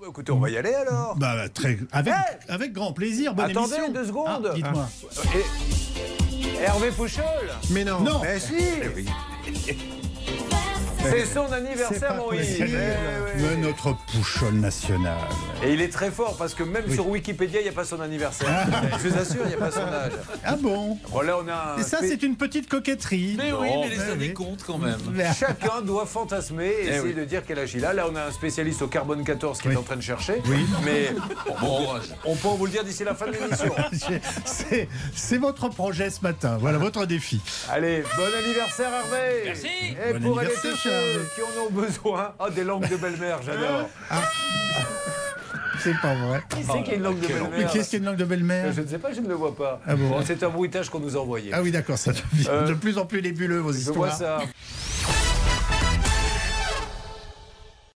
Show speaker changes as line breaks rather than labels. bah, écoutez, on va y aller alors.
Bah, bah, très, avec,
Hey
avec grand plaisir. Bonne
Attendez
émission.
deux secondes.
Ah, Dites-moi.
Et- Hervé Pouchol
Mais non.
Non.
Mais si
Eh
C'est son anniversaire,
pas
Maurice.
possible.
Eh
Mais
oui.
notre pouchol national.
Et il est très fort parce que même sur Wikipédia, il n'y a pas son anniversaire. Je vous assure, il n'y a pas son âge.
Ah bon
Bon, là, on a. un
Ah. Et ça,
spé-
c'est une petite coquetterie.
Mais oui,
Non,
mais les années comptent quand même.
Chacun doit fantasmer et essayer
oui.
de dire quel âge il a. Là, on a un spécialiste au carbone 14 qui
Eh Oui.
est en train de chercher.
Oui.
Mais
Bon courage.
on peut vous le dire d'ici la fin de l'émission.
C'est- C'est votre projet ce matin. Voilà votre défi.
Allez, bon anniversaire Hervé
Merci.
Et
Bon
pour aller
anniversaire,
ceux
cher Hervé.
qui en ont besoin, ah des langues de belle-mère, j'adore.
C'est pas vrai.
Qui c'est qui a une Ah, langue de
Mais
belle-mère
qui est-ce qui a une langue de belle-mère
Eh Je ne sais pas, je ne le vois pas.
Ah bon
Bon, c'est un bruitage qu'on nous a envoyé.
Ah oui, d'accord, ça devient
Euh,
de plus en plus nébuleux, vos
je vois
histoires.
ça.